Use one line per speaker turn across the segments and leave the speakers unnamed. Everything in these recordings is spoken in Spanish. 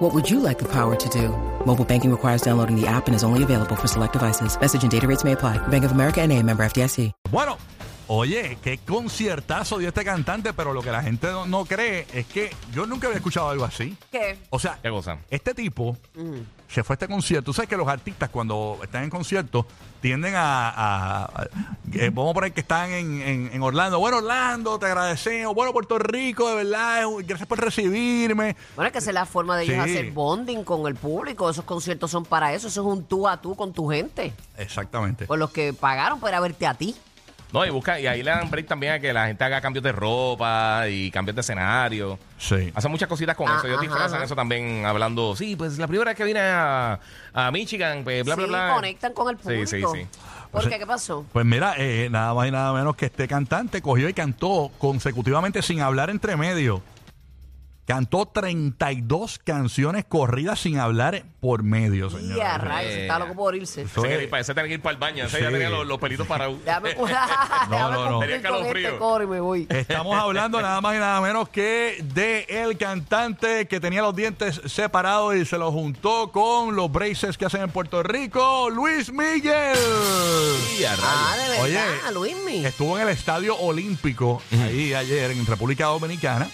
What would you like the power to do? Mobile banking requires downloading the app and is only available for select devices. Message and data rates may apply. Bank of America and a member FDIC.
Bueno, oye, qué conciertazo dio este cantante, pero lo que la gente no, no cree es que yo nunca había escuchado algo así.
¿Qué?
O sea,
¿Qué cosa?
este tipo se fue a este concierto. Tú sabes que los artistas cuando están en conciertos tienden a... a- a- eh, vamos a poner que están en, en- en Orlando. Bueno, Orlando, te agradecemos. Bueno, Puerto Rico, de verdad, eh, gracias por recibirme.
Bueno, es que esa es la forma de ellos
Sí.
hacer bonding con el público. Esos conciertos son para eso. Eso es un tú a tú con tu gente.
Exactamente.
Con los que pagaron para verte a ti.
No, y busca, y ahí le dan break también a que la gente haga cambios de ropa y cambios de escenario.
Sí.
Hacen muchas cositas con
Ah,
eso. Ellos
ajá,
disfrazan
ajá.
eso también hablando. Sí, pues la primera vez que vine a, a Michigan,
Eh,
pues bla,
sí,
bla, bla.
conectan con el público.
Sí, sí, sí.
¿Por
O sea-
qué? ¿Qué pasó?
Pues mira, eh, nada más y nada menos que este cantante cogió y cantó consecutivamente sin hablar entre medio. Cantó 32 canciones corridas sin hablar por medio, señor.
Y a rayos,
Eh.
está loco por irse.
Ese, que- ese tenía que ir para el baño. Ese ya
Sí.
tenía los, los pelitos para.
Déjame,
no,
déjame
no.
cumplir
Tenía
con
calofrío.
este coro y me voy.
Estamos hablando nada más y nada menos que de el cantante que tenía los dientes separados y se los juntó con los braces que hacen en Puerto Rico, Luis Miguel.
Y a rayos.
Ah, de verdad,
Oye,
Luismi.
Estuvo en el Estadio Olímpico ahí ayer en República Dominicana.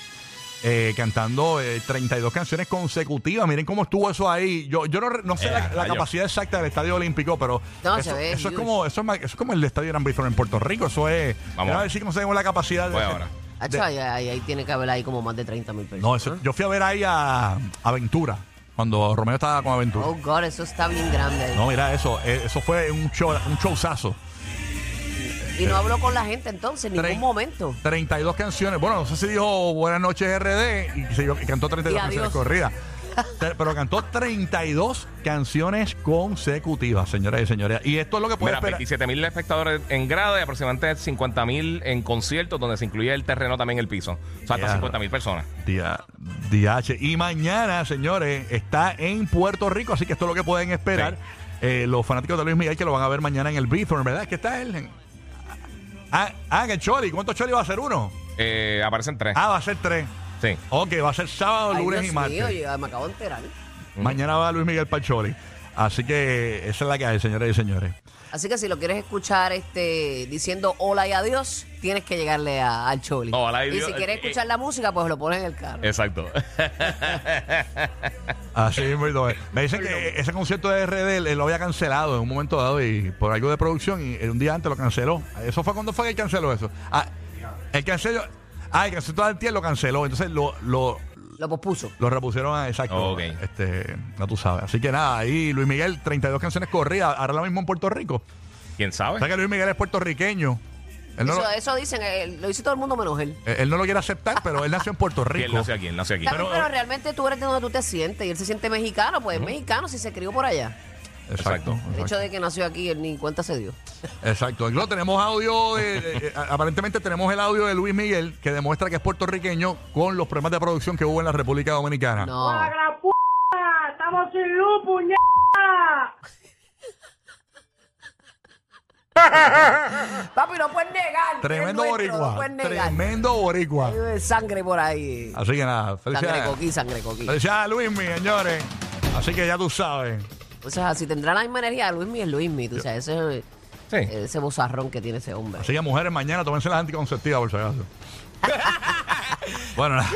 eh, cantando eh, 32 canciones consecutivas. Miren cómo estuvo eso ahí. Yo, yo no, re- no sé
Eh,
la, la
rayo.
capacidad exacta del Estadio Olímpico, pero
No, se
eso,
ve
eso es
huge.
como, eso, es, ma- eso es como el Estadio Gran Bison en Puerto Rico. Eso es.
Vamos.
yo a ver si no sé cómo la capacidad. de-
Voy ahora.
Hacho, ahí, ahí- ahí tiene que haber ahí como más de 30 mil personas.
No, eso- yo fui a ver ahí a Aventura, cuando Romeo estaba con Aventura.
Oh, God, eso está bien grande ahí.
No, mira eso, eh, eso fue un show, un showzazo.
y no habló con la gente entonces, en ningún
Trein-
momento.
32 canciones. Bueno, no sé si dijo Buenas noches RD y, se- y cantó 32
Y
canciones
adiós.
corridas. Te- Pero cantó 32 canciones consecutivas, señoras y señores. Y esto es lo que puede
Mira,
esperar.
27 mil espectadores en grada y aproximadamente 50 mil en conciertos, donde se incluye el terreno también el piso. O sea, hasta
Ya.
50 mil personas.
Dia- DH. ah, Y mañana, señores, está en Puerto Rico, así que esto es lo que pueden esperar eh, los fanáticos de Luis Miguel que lo van a ver mañana en el Bithorn, ¿verdad? Es que está él. en- Ah, ah, en el Choli. ¿Cuántos Choli va a ser uno?
Eh, aparecen tres.
Ah, va a ser tres.
Sí.
Ok, va a ser sábado,
Ay,
lunes
Dios
y martes.
mío, yo me acabo de enterar.
Mañana va Luis Miguel para el Choli. Así que esa es la que hay, señores y señores.
Así que si lo quieres escuchar este diciendo hola y adiós, tienes que llegarle a- al Choli.
Hola y
y si
adiós.
quieres
Eh,
escuchar la música, pues lo pones en el carro.
Exacto.
Así mismo es. Me dicen que ese concierto de RD él lo había cancelado en un momento dado y por algo de producción y un día antes lo canceló. ¿Eso fue cuando fue que él canceló eso? Ah, el canceló. Ah, el concierto de Antier lo canceló. Entonces lo, lo,
Lo pospuso.
lo repusieron a exacto.
Ok.
Este, no tú sabes. Así que nada, ahí Luis Miguel, 32 canciones corridas, ahora lo mismo en Puerto Rico.
¿Quién
O
sabe?
sea que Luis Miguel es puertorriqueño. Él no,
eso,
lo, eh,
eso dicen, eh, lo dice todo el mundo menos él.
él no lo quiere aceptar, pero él nació en Puerto
¿Quién
Rico.
nació aquí? ¿Quién nació aquí?
También, pero realmente tú eres de donde tú te sientes y él se siente mexicano, pues es mexicano si se crió por allá.
Exacto.
El
exacto.
hecho de que nació aquí, él ni cuenta se dio.
Exacto. Luego tenemos audio, de- de- eh, aparentemente tenemos el audio de Luis Miguel que demuestra que es puertorriqueño con los problemas de producción que hubo en la República
Ah.
Dominicana.
No.
la p***! ¡Estamos sin luz, puñeta!
Papi, no puedes negar. que
Tremendo
es nuestro,
boricua.
No puedes negar.
tremendo boricua.
Hay de sangre por ahí.
Así que nada,
Sangre
felicidades.
coquí, sangre coquí.
Felicidades a Luis Miguel, señores. Así que ya tú sabes.
Entonces, así tendrá la misma energía. Luismi es Luismi. Tú sabes, ese,
Sí.
ese bozarrón que tiene ese hombre.
Así que mujeres, mañana tómense las anticonceptivas, por si acaso. bueno, nada.